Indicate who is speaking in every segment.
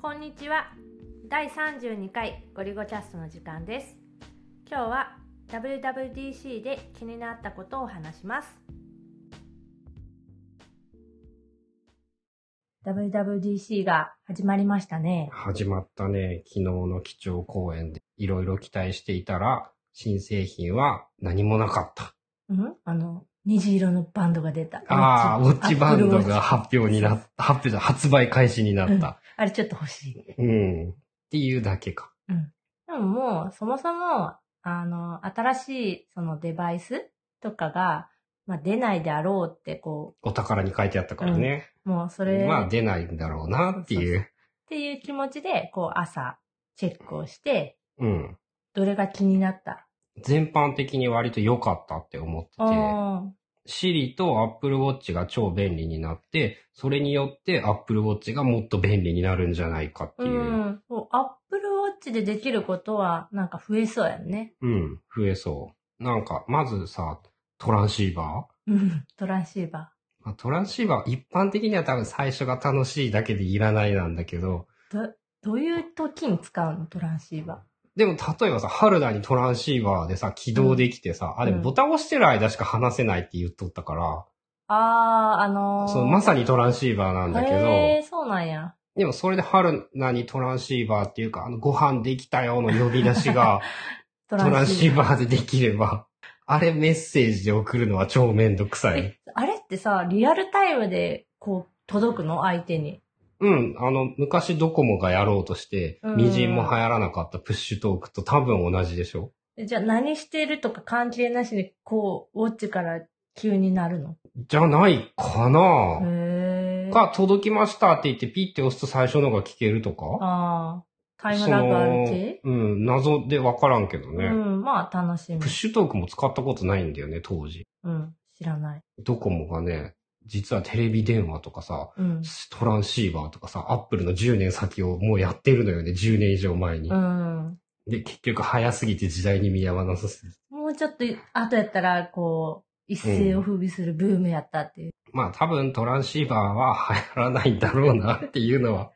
Speaker 1: こんにちは第32回ゴリゴキャストの時間です今日は WWDC で気になったことを話します WWDC が始まりましたね
Speaker 2: 始まったね、昨日の基調講演でいろいろ期待していたら、新製品は何もなかった。
Speaker 1: うんあの虹色のバンドが出た
Speaker 2: ああ、ウォッチバンドが発表にな
Speaker 1: っ
Speaker 2: った、発表じゃない、発売開始になった。
Speaker 1: あれちょっと欲しい
Speaker 2: うん。っていうだけか。
Speaker 1: でももう、そもそも、あの、新しい、そのデバイスとかが、まあ、出ないであろうって、こ
Speaker 2: お宝に書いてあったからね。
Speaker 1: う、もうそれ、
Speaker 2: まあ
Speaker 1: っ
Speaker 2: 出ないんだろうなっていう。
Speaker 1: ていう気持ちで、こう、朝、チェックをして、
Speaker 2: うん。
Speaker 1: どれが気になった
Speaker 2: 全般的に割と良かったって思って
Speaker 1: あ
Speaker 2: て、
Speaker 1: ー
Speaker 2: Siri と Apple Watch が超便利になって、それによって Apple Watch がもっと便利になるんじゃないかって
Speaker 1: う
Speaker 2: いう。
Speaker 1: ん。こうアップルウォッチでできることは、なんか増えそうやんね。
Speaker 2: うん、増えそう。なんか、まずさ、トランシーバ
Speaker 1: うんトランシーバ
Speaker 2: ーまあトランシーバー、一般的には多分最初が楽しいだけでいらないなんだけど、
Speaker 1: ー。ど、どういう時に使うのトランシーバ
Speaker 2: でも例えばさ、春田にトランシーバーでさ、起動できてさ、あ、でもボタン押してる間しか話せないって言っとったから、
Speaker 1: ー。あー、あのー、
Speaker 2: そのまさにトランシーバーなんだけ
Speaker 1: へ
Speaker 2: ど、
Speaker 1: ー、そうなんや。
Speaker 2: でもそれで春田にトランシーバーっていうか、あの、ご飯できたよの呼び出しが、
Speaker 1: ト
Speaker 2: トランシー
Speaker 1: バー
Speaker 2: バーでできれば、あれメッセージで送るのは超めんどくさい
Speaker 1: え。あれってさ、リアルタイムで、こう、届くの相手に。
Speaker 2: うん、あの、昔ドコモがやろうとして、
Speaker 1: うん
Speaker 2: 微塵も流行らなかったプッシュトークと多分同じでしょ
Speaker 1: えじゃあ何してるとか関係なしに、こう、ウォッチから急になるの。
Speaker 2: じゃないかな
Speaker 1: へえ。
Speaker 2: か、届きましたって言ってピッて押すと最初のが聞けるとか
Speaker 1: ああ。タイム
Speaker 2: そ
Speaker 1: ラ
Speaker 2: の
Speaker 1: グある系
Speaker 2: うん、謎でわからんけど
Speaker 1: う
Speaker 2: ね、
Speaker 1: ん、まあ楽しみ
Speaker 2: プッ。シュトークも使ったことないんだよね、当時。
Speaker 1: うん、知らない。
Speaker 2: ドコモがね、実はテレビ電話とかさ、
Speaker 1: うん。
Speaker 2: トランシーバーとかさ、アップルの10年先をもうやってるのよね、10年以上前に。
Speaker 1: うん。
Speaker 2: で、結局早すぎて時代に見合わなさすぎて
Speaker 1: もうちょっと後やったら、こう、一世を風靡するブームやったっていう。
Speaker 2: まあ多分トランシーバーは流行らないんだろうなっていうのは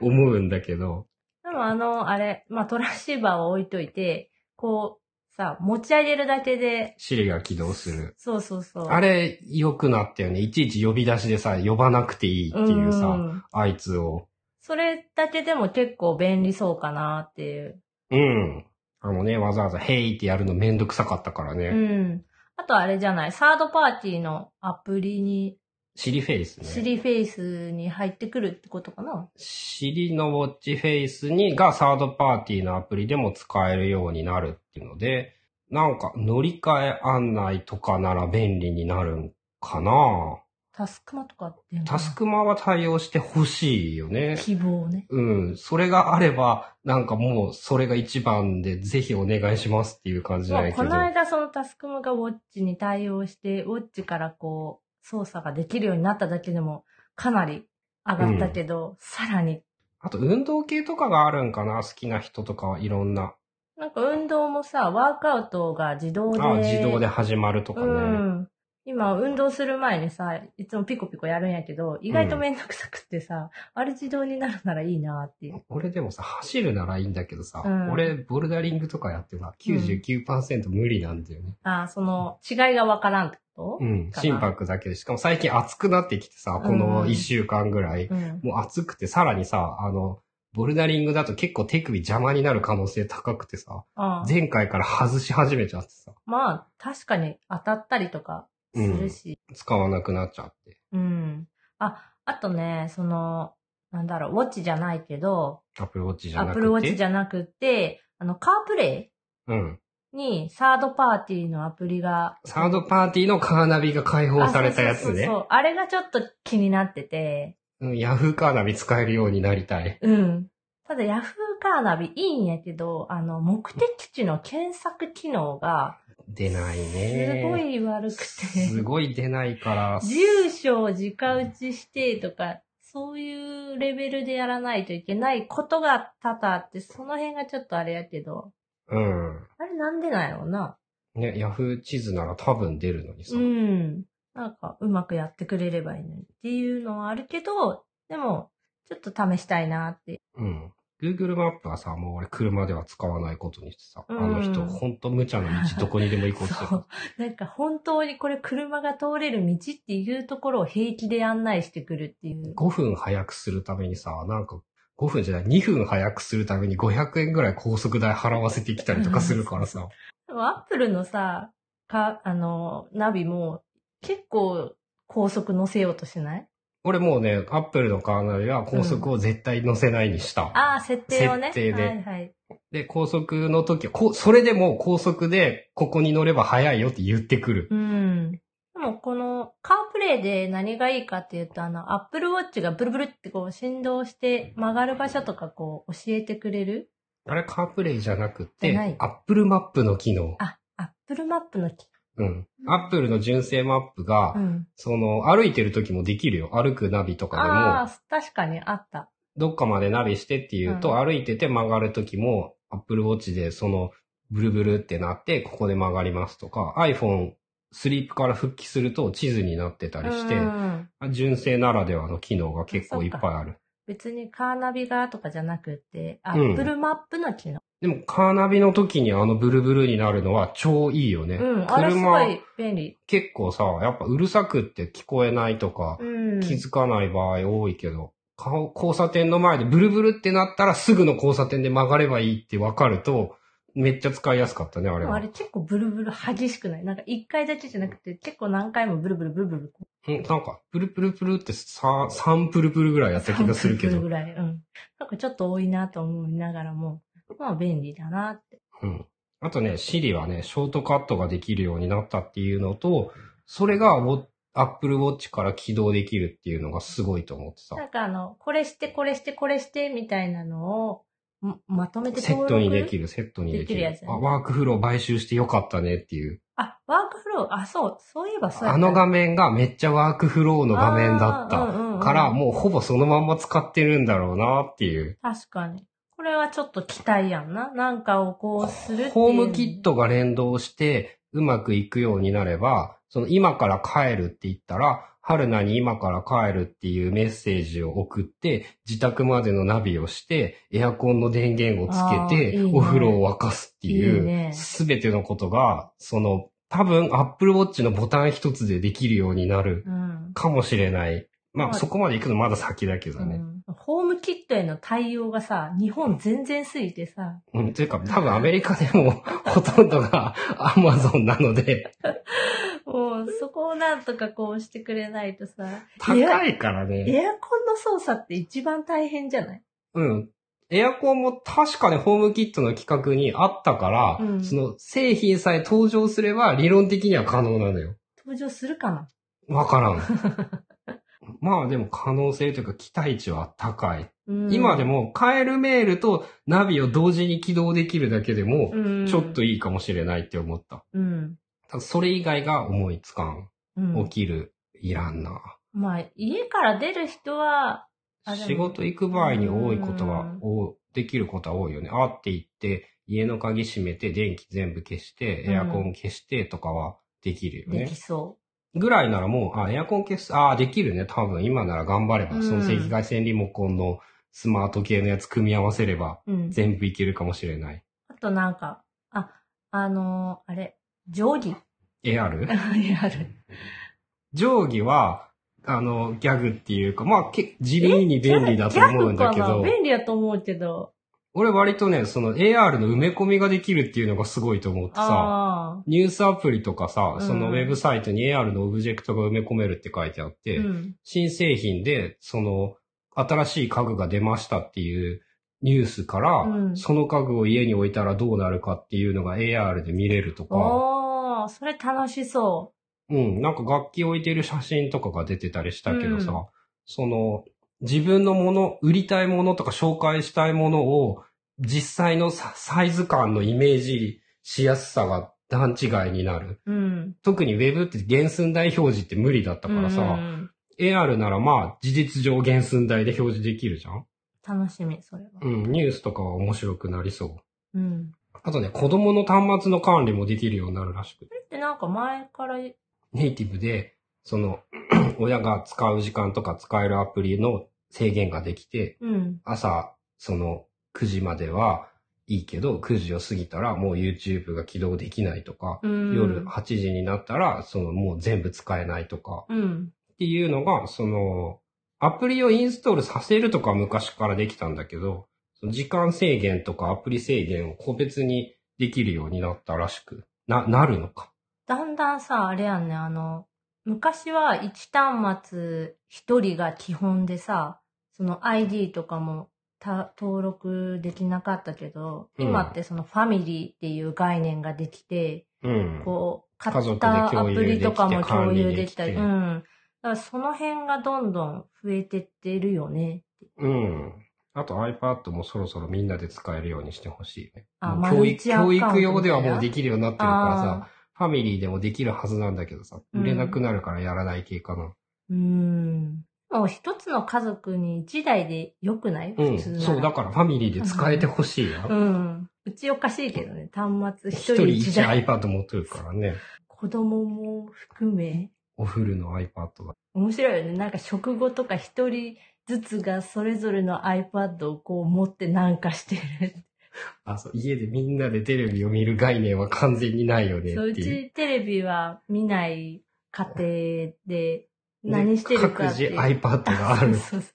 Speaker 2: 思うんだけど。
Speaker 1: でもあの、あれ、まあトランシーバーは置いといて、こう、さ、持ち上げるだけで、
Speaker 2: シリが起動する。
Speaker 1: そうそうそう。
Speaker 2: あれ良くなったよね。いちいち呼び出しでさ、呼ばなくていいっていうさ、
Speaker 1: ん
Speaker 2: あいつを。
Speaker 1: それだけでも結構便利そうかなっていう。
Speaker 2: うん。あのね、わざわざヘイってやるのめんどくさかったから
Speaker 1: う
Speaker 2: ね。
Speaker 1: ん。あとあれじゃない、サードパーティーのアプリに、
Speaker 2: シリフェイスね。
Speaker 1: シリフェイスに入ってくるってことかな。
Speaker 2: シリのウォッチフェイスにがサードパーティーのアプリでも使えるようになるっていうので、なんか乗り換え案内とかなら便利になるんかな
Speaker 1: タスクマとかっていうのかな
Speaker 2: タスクマは対応してほしいよね。
Speaker 1: 希望ね。
Speaker 2: うん。それがあれば、なんかもう、それが一番で、ぜひお願いしますっていう感じじゃ
Speaker 1: ま
Speaker 2: な
Speaker 1: あ
Speaker 2: いけ
Speaker 1: こ
Speaker 2: ど
Speaker 1: の。間そのタスクマがウォッチに対応して、ウォッチからこう、操作ができるようになっただけでも、かなり上がったけど、さらに、
Speaker 2: あと、運動系とかがあるんかな好きな人とかはいろんな。
Speaker 1: なんか運動もさ、ワークアウトが自動で。
Speaker 2: あ自動で始まるとか
Speaker 1: う
Speaker 2: ね。
Speaker 1: ん。今、運動する前にさ、いつもピコピコやるんやけど、意外とめんどくさくってさ、あれ自動になるならいいなっていう。
Speaker 2: 俺でもさ、走るならいいんだけどさ、
Speaker 1: うん
Speaker 2: 俺、ボルダリングとかやってさ、99%無理なんだよね。
Speaker 1: あーその、違いがわからんってこと
Speaker 2: うん。
Speaker 1: かな
Speaker 2: 心拍だけで。しかも最近暑くなってきてさ、この1週間ぐらい。
Speaker 1: うん。
Speaker 2: もう暑くて、さらにさ、あの、ボルダリングだと結構手首邪魔になる可能性高くてさ、
Speaker 1: あー
Speaker 2: 前回から外し始めちゃってさ、
Speaker 1: まあ、確かに当たったりとかするし。
Speaker 2: 使わなくなっちゃって。
Speaker 1: うん。あ、あとね、その、なんだろう、ウォッチじゃないけど、
Speaker 2: アップルウォッチじゃ
Speaker 1: ア
Speaker 2: な
Speaker 1: ッ
Speaker 2: くて。
Speaker 1: プルウォッチじゃなくて、あの、カープレ
Speaker 2: うん。
Speaker 1: イにサードパーティーのアプリが。
Speaker 2: サードパーティーのカーナビが解放されたや
Speaker 1: あそう
Speaker 2: つ
Speaker 1: そうそう
Speaker 2: ね
Speaker 1: そ。う。あれがちょっと気になってて。
Speaker 2: うんヤフーカーナビ使えるようになりたい。
Speaker 1: うん。ただ、ヤフーカーナビいいんやけど、あの、目的地の検索機能が、
Speaker 2: 出ない
Speaker 1: すご
Speaker 2: ね。
Speaker 1: い悪く
Speaker 2: す
Speaker 1: て、
Speaker 2: ごい出ないから。
Speaker 1: 住所を直打ちしてとか、そういうレベルでやらないといけないことが多々あって、その辺がちょっとあれやけど、
Speaker 2: うん。
Speaker 1: あれなんでなんやろうな。
Speaker 2: ね、ヤフー地図なら多分出るのにさ。
Speaker 1: うん。なんか、うまくやってくれればいいのにっていうのはあるけど、でも、ちょっと試したいなって。
Speaker 2: うん。Google マップはさ、もう俺車では使わないことにしてさ、
Speaker 1: うん
Speaker 2: あの人、ほんと無茶な道どこにでも行こうって言って
Speaker 1: そう。なんか本当にこれ車が通れる道っていうところを平気で案内してくるっていう。
Speaker 2: 5分早くするためにさ、なんか、5分じゃない、2分早くするために500円ぐらい高速代払わせてきたりとかするからさ。
Speaker 1: でもアップルのさ、か、あの、ナビも結構高速乗せようとしない
Speaker 2: 俺もうね、アップルのカーナビは高速を絶対乗せないにした。
Speaker 1: ああ、設定をね。
Speaker 2: 設定で
Speaker 1: はいはい。
Speaker 2: で、高速の時は、こそれでも高速でここに乗れば早いよって言ってくる。
Speaker 1: うん。でもこのカープレイで何がいいかっていうと、あの、アップルウォッチがブルブルってこう振動して曲がる場所とかこう教えてくれる
Speaker 2: あれカープレイじゃなく
Speaker 1: じ
Speaker 2: て
Speaker 1: ゃない、
Speaker 2: アップルマップの機能。
Speaker 1: あ、アップルマップの機
Speaker 2: うん。アップルの純正マップが、
Speaker 1: うん。
Speaker 2: その、歩いてる時もできるよ。歩くナビとかでも
Speaker 1: あ、あ、確かにあった。
Speaker 2: どっかまでナビしてっていうと、
Speaker 1: うん
Speaker 2: 歩いてて曲がるときも、Apple Watch でその、ブルブルってなって、ここで曲がりますとか、iPhone、スリープから復帰すると地図になってたりして
Speaker 1: う、ん
Speaker 2: 純正ならではの機能が結構いっぱいある。
Speaker 1: 別にカーナビがとかじゃなくて、ア
Speaker 2: うん
Speaker 1: ップルマップの機能。
Speaker 2: でも、カーナビの時にあのブルブルになるのは超いいよね。
Speaker 1: うん、あれすご
Speaker 2: 車、
Speaker 1: い便利。
Speaker 2: 結構さ、やっぱうるさくって聞こえないとか、
Speaker 1: うん。
Speaker 2: 気づかない場合多いけど、顔交差点の前でブルブルってなったらすぐの交差点で曲がればいいって分かると、めっちゃ使いやすかったね、あ
Speaker 1: で
Speaker 2: れ
Speaker 1: も
Speaker 2: は。
Speaker 1: あれ結構ブルブル激しくないなんか一回だけじゃなくて結構何回もブルブルブルブル。
Speaker 2: うん、なんか、プルプルプルってさ、3プルプルぐらいやった気がするけ
Speaker 1: 3
Speaker 2: ど
Speaker 1: 分。ぐらい。うん。なんかちょっと多いなと思いながらも、まあ便利だなって。
Speaker 2: うん。あとね、Siri はね、ショートカットができるようになったっていうのと、それがウォ Apple Watch から起動できるっていうのがすごいと思ってさ。
Speaker 1: なんかあの、これしてこれしてこれしてみたいなのをままとめて
Speaker 2: セ
Speaker 1: 登
Speaker 2: ッ
Speaker 1: 録
Speaker 2: トにできる、セットにでき
Speaker 1: でき
Speaker 2: る。
Speaker 1: るやつね
Speaker 2: あワークフロー買収してよかったねっていう。
Speaker 1: あ、ワークフロー、あ、そう、そういえばそうや
Speaker 2: あの画面がめっちゃワークフローの画面だっ
Speaker 1: あー
Speaker 2: た
Speaker 1: うんうんうん
Speaker 2: から、もうほぼそのまんま使ってるんだろうなっていう。
Speaker 1: 確かに。これはちょっと期待やんな。なんかをこうするっていう。
Speaker 2: ホームキッ。トが連動してうまくいくようになれば、その今から帰るって言ったら、春菜に今から帰るっていうメッセージを送って、自宅までのナビをして、エアコンの電源をつけて、
Speaker 1: あーいいね
Speaker 2: お風呂を沸かすって
Speaker 1: いい
Speaker 2: い
Speaker 1: ね
Speaker 2: う、すべてのことが、その、多分 Apple Watch のボタン一つでできるようになる。
Speaker 1: うん。
Speaker 2: かもしれない。まあ、
Speaker 1: はい
Speaker 2: そこまで行くのまだ先だけどね。
Speaker 1: うんホームキットへの対応がさ、日本全然すぎてさ、
Speaker 2: うん。というか、多分アメリカでも ほとんどが Amazon なので、
Speaker 1: もうそこをなんとかこうしてくれ ないとさ、エア
Speaker 2: 高いからね。
Speaker 1: エアコンの操作って一番大変じゃない
Speaker 2: うん。エアコンも確かね、ホームキットの企画にあったから、
Speaker 1: うん
Speaker 2: その製品さえ登場すれば理論的には可能なのよ。
Speaker 1: 登場するかな
Speaker 2: わからん。 まあでも可能性というか期待値は高い。
Speaker 1: うん
Speaker 2: 今で、もカエルメールとナビを同時に起動できるだけでも、
Speaker 1: うん
Speaker 2: ちょっと、いいかもしれないって思った。
Speaker 1: うん。
Speaker 2: ただそれ以外が思いつかん。
Speaker 1: うん
Speaker 2: 起。きる。いらんな。
Speaker 1: まあ、家から出る人は、あでも
Speaker 2: 仕事行く場合に多いことは、おできることは多いよね。あって言って、家の鍵閉めて、電気全部消して、
Speaker 1: うん
Speaker 2: エアコン消してとかはできるよ
Speaker 1: で
Speaker 2: ね
Speaker 1: き。そ
Speaker 2: ぐらいならもう、あ、エアコン消す、あ、できるね。多分今なら頑張れば、
Speaker 1: うん
Speaker 2: その赤外線リモコンのスマート系のやつ組み合わせれば、
Speaker 1: う。うん。
Speaker 2: 全部いけるかもしれない。
Speaker 1: あとなんか、あ、あのーあれ、定 規。
Speaker 2: AR?
Speaker 1: やる。
Speaker 2: 定規は、あの、ギャグっていうか、まあ、け地味に便利だと思うんだけ
Speaker 1: 逆か
Speaker 2: ど
Speaker 1: な、便利だと思うけど。
Speaker 2: 俺割とね、その AR の埋め込みができるっていうのがすごいと思ってさ、
Speaker 1: ああ。
Speaker 2: ニュースアプリとかさ、
Speaker 1: うん
Speaker 2: そのウェブサイトに AR のオブジェクトが埋め込めるって書いてあって、
Speaker 1: うん。
Speaker 2: 新製品で、その、新しい家具が出ましたっていうニュースから、
Speaker 1: うん
Speaker 2: その家具を家に置いたらどうなるかっていうのが AR で見れるとか、
Speaker 1: おー、それ楽しそ
Speaker 2: うん、なんか楽器置いてる写真とかが出てたりしたけどさ、
Speaker 1: う
Speaker 2: その、自分のもの、売りたいものとか紹介したいものを、実際のササイズ感のイメージしやすさが段違いになる。
Speaker 1: う。うん。
Speaker 2: 特に Web って原寸大表示って無理だったからさ、
Speaker 1: うんうん
Speaker 2: AR ならまあ事実上原寸大で表示できるじゃん
Speaker 1: 楽しみ、それは。
Speaker 2: うん、ニュースとかは面白くなりそう。
Speaker 1: うん。
Speaker 2: あとね、子供の端末の管理もできるようになるらしくて
Speaker 1: で、なんか前から、
Speaker 2: ネイティブで、その、親が使う時間とか使えるアプリの制限ができて、
Speaker 1: うん。
Speaker 2: 朝、その9時まではいいけど、9時を過ぎたらもう YouTube が起動できないとか、
Speaker 1: うん。
Speaker 2: 夜8時になったら、そのもう全部使えないとか、
Speaker 1: うん。
Speaker 2: っていうのが、その、アプリをインストールさせるとかは昔からできたんだけど、その時間制限とかアプリ制限を個別にできるようになったらしく、な、なるのか。
Speaker 1: だんだんさ、あれやんね、あの、昔は1端末1人が基本でさ、その ID とかもた登録できなかったけど、
Speaker 2: うん
Speaker 1: 今ってそのファミリーっていう概念ができて、
Speaker 2: うん。
Speaker 1: こう、買
Speaker 2: 家族
Speaker 1: っ
Speaker 2: で
Speaker 1: たア
Speaker 2: 共有
Speaker 1: プリとかも
Speaker 2: できて
Speaker 1: 共有できたり、う
Speaker 2: 管理で
Speaker 1: ん。だからその辺がどんどん増えてってるよね。
Speaker 2: うん。あと iPad もそろそろみんなで使えるようにしてほしいね。
Speaker 1: あ
Speaker 2: もう教
Speaker 1: マル
Speaker 2: 育、
Speaker 1: チアカウ
Speaker 2: 教
Speaker 1: ント
Speaker 2: 育用ではもうできるようになってるから
Speaker 1: あ
Speaker 2: さ、ファミリーでもできるはずなんだけどさ、
Speaker 1: うん
Speaker 2: 売れなくなるからやらない系かな。
Speaker 1: うん。もう一つの家族に1台で良くない
Speaker 2: うん。
Speaker 1: 普通なら
Speaker 2: そう、だからファミリーで使えてほしいや。
Speaker 1: うん。うちおかしいけどね、端末
Speaker 2: 一
Speaker 1: 一
Speaker 2: 人
Speaker 1: 人
Speaker 2: 一
Speaker 1: 一台。
Speaker 2: iPad 持ってるからね。
Speaker 1: 子供も含め、
Speaker 2: おフルの iPad が。
Speaker 1: 面白いよね。なんか食後とか一人ずつがそれぞれの iPad をこう持ってなんかしてる。
Speaker 2: あ、そう、家でみんなでテレビを見る概念は完全にないよね
Speaker 1: そう、う
Speaker 2: っていう。
Speaker 1: ちテレビは見ない家庭で何してるかってい
Speaker 2: で
Speaker 1: う。
Speaker 2: 各自 iPad がある。
Speaker 1: そうそうそう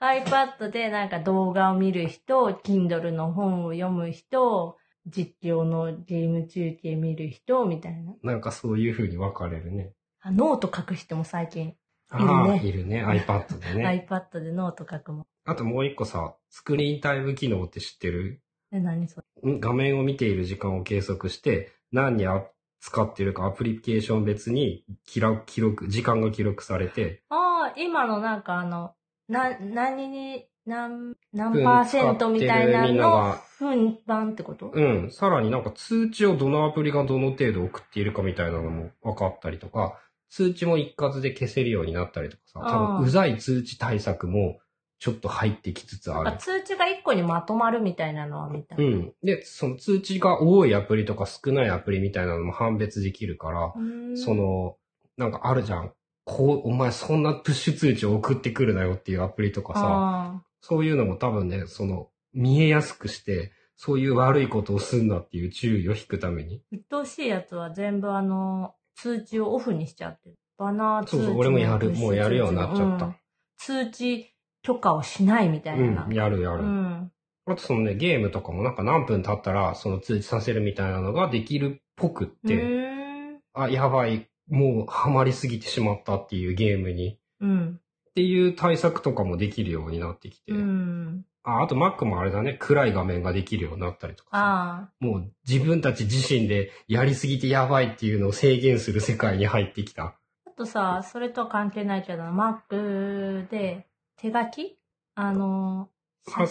Speaker 1: iPad でなんか動画を見る人、Kindle の本を読む人、実況のゲーム中継見る人みたいな。
Speaker 2: なんかそういう風に分かれるね。
Speaker 1: あノート書く人も最近いるね
Speaker 2: ああ、いるね。iPad でね。
Speaker 1: iPad でノート書くもん。
Speaker 2: あともう一個さ、スクリーンタイム機能って知ってる
Speaker 1: え、何それ
Speaker 2: ん画面を見ている時間を計測して、何にあ使ってるかアプリケーション別に記録、記録、時間が記録されて、
Speaker 1: ああ、今のなんかあの、な、何に、何、何
Speaker 2: 分
Speaker 1: パーセントみたいな
Speaker 2: 使ってるみんな
Speaker 1: の
Speaker 2: が
Speaker 1: 分番ってこと
Speaker 2: うん、さらになんか通知をどのアプリがどの程度送っているかみたいなのも分かったりとか、通知も一括で消せるようになったりとかさ、多
Speaker 1: あー
Speaker 2: 分うざい通知対策もちょっと入ってきつつあ
Speaker 1: あ
Speaker 2: る。
Speaker 1: 通知が一個にまとまるみたいなのは見た。
Speaker 2: うん。で、その通知が多いアプリとか少ないアプリみたいなのも判別できるから、
Speaker 1: うーん
Speaker 2: そ、の、なんかあるじゃん。こう、お前そんなプッシュ通知を送ってくるなよっていうアプリとかさ、
Speaker 1: あ
Speaker 2: そういうのも多分ね、その、見えやすくして、そういう悪いことをすんなっていう注意を引くために。
Speaker 1: ー。鬱陶しいやつは全部あの、通知をオフにしちゃってる。バナー通知
Speaker 2: そう
Speaker 1: の
Speaker 2: そう、俺もやる、
Speaker 1: プッシュ
Speaker 2: もうやるようになっちゃっ
Speaker 1: うん
Speaker 2: た。
Speaker 1: 通知許可をしないみたいな。
Speaker 2: うん、やるや
Speaker 1: う
Speaker 2: る。
Speaker 1: ん。
Speaker 2: あとそのね、ゲームとかもなんか何分経ったら、その通知させるみたいなのができるっぽくっ
Speaker 1: う
Speaker 2: て、
Speaker 1: ーん。
Speaker 2: あ、やばい、もうハマりすぎてしまったっていうゲームに、
Speaker 1: うん。
Speaker 2: っていう対策とかもできるようになってきて、
Speaker 1: うん。
Speaker 2: あ、あと Mac もあれだね、暗い画面ができるようになったりとかさ、
Speaker 1: ああ。
Speaker 2: もう自分たち自身でやりすぎてやばいっていうのを制限する世界に入ってきた。
Speaker 1: あとさ、それとは関係ないけど、Mac で手書きあの、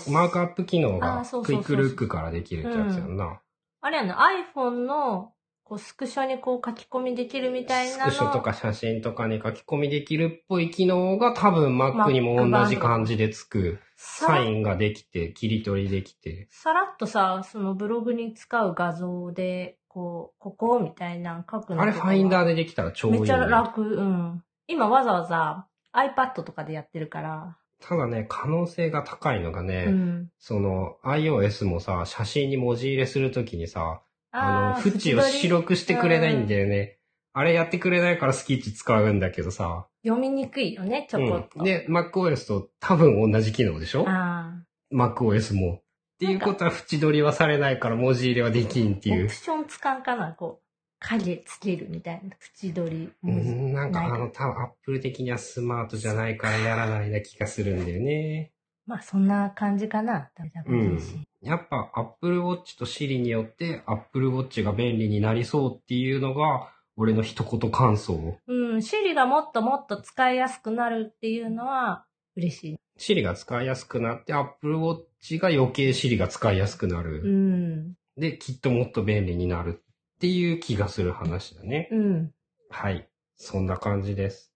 Speaker 2: ママークアップ機能
Speaker 1: あ
Speaker 2: が
Speaker 1: そう
Speaker 2: ク
Speaker 1: そう
Speaker 2: イ
Speaker 1: そう
Speaker 2: ックルックからできるってやつやんな。
Speaker 1: あれやね、iPhone のこうスクショにこう書き込みできるみたい
Speaker 2: ス
Speaker 1: な
Speaker 2: ク
Speaker 1: の。
Speaker 2: ショとか写真とかに書き込みできるっぽい機能が多分 Mac にも
Speaker 1: Mac 版
Speaker 2: 同じ感じでつく。
Speaker 1: さ
Speaker 2: サインができて、切り取りできて。
Speaker 1: さらっとさ、そのブログに使う画像で、こう、ここみたいなの書くのとか
Speaker 2: あれファインダーでできたら超いい
Speaker 1: め
Speaker 2: よ
Speaker 1: っ
Speaker 2: ね。
Speaker 1: ちゃ楽。うん。今わざわざ iPad とかでやってるから。
Speaker 2: ただね、可能性が高いのがね、
Speaker 1: うん。
Speaker 2: その iOS もさ、写真に文字入れするときにさ、あの、
Speaker 1: ー
Speaker 2: 縁を白くしてくれないんだよね。あれやってくれないからスキッチ使うんだけどさ。
Speaker 1: 読みにくいよね、ちょ
Speaker 2: う
Speaker 1: こっ
Speaker 2: ん
Speaker 1: と。、
Speaker 2: で、MacOS と多分同じ機能でしょ
Speaker 1: ああ。
Speaker 2: ?MacOS も。っていうことは縁取りはされないから文字入れはできんってい
Speaker 1: オ
Speaker 2: う
Speaker 1: プ。ションつかんかな、こう、影つけるみたいな、縁取り。
Speaker 2: うん、なんか
Speaker 1: ない
Speaker 2: あの、多分 Apple 的にはスマートじゃないからやらないな気がするんだよね。
Speaker 1: まあ、そんな感じかな、WWDC。
Speaker 2: やっぱ Apple Watch と Siri によって Apple Watch が便利になりそうっていうのが俺の一言感想。
Speaker 1: うん、シリがもっともっと使いやすくなるっていうのは嬉しい。
Speaker 2: Siri が使いやすくなって、Apple Watch が余計 Siri が使いやすくなる。
Speaker 1: うん、
Speaker 2: で、きっともっと便利になるっていう気がする話だね。
Speaker 1: うん。
Speaker 2: はい。そんな感じです。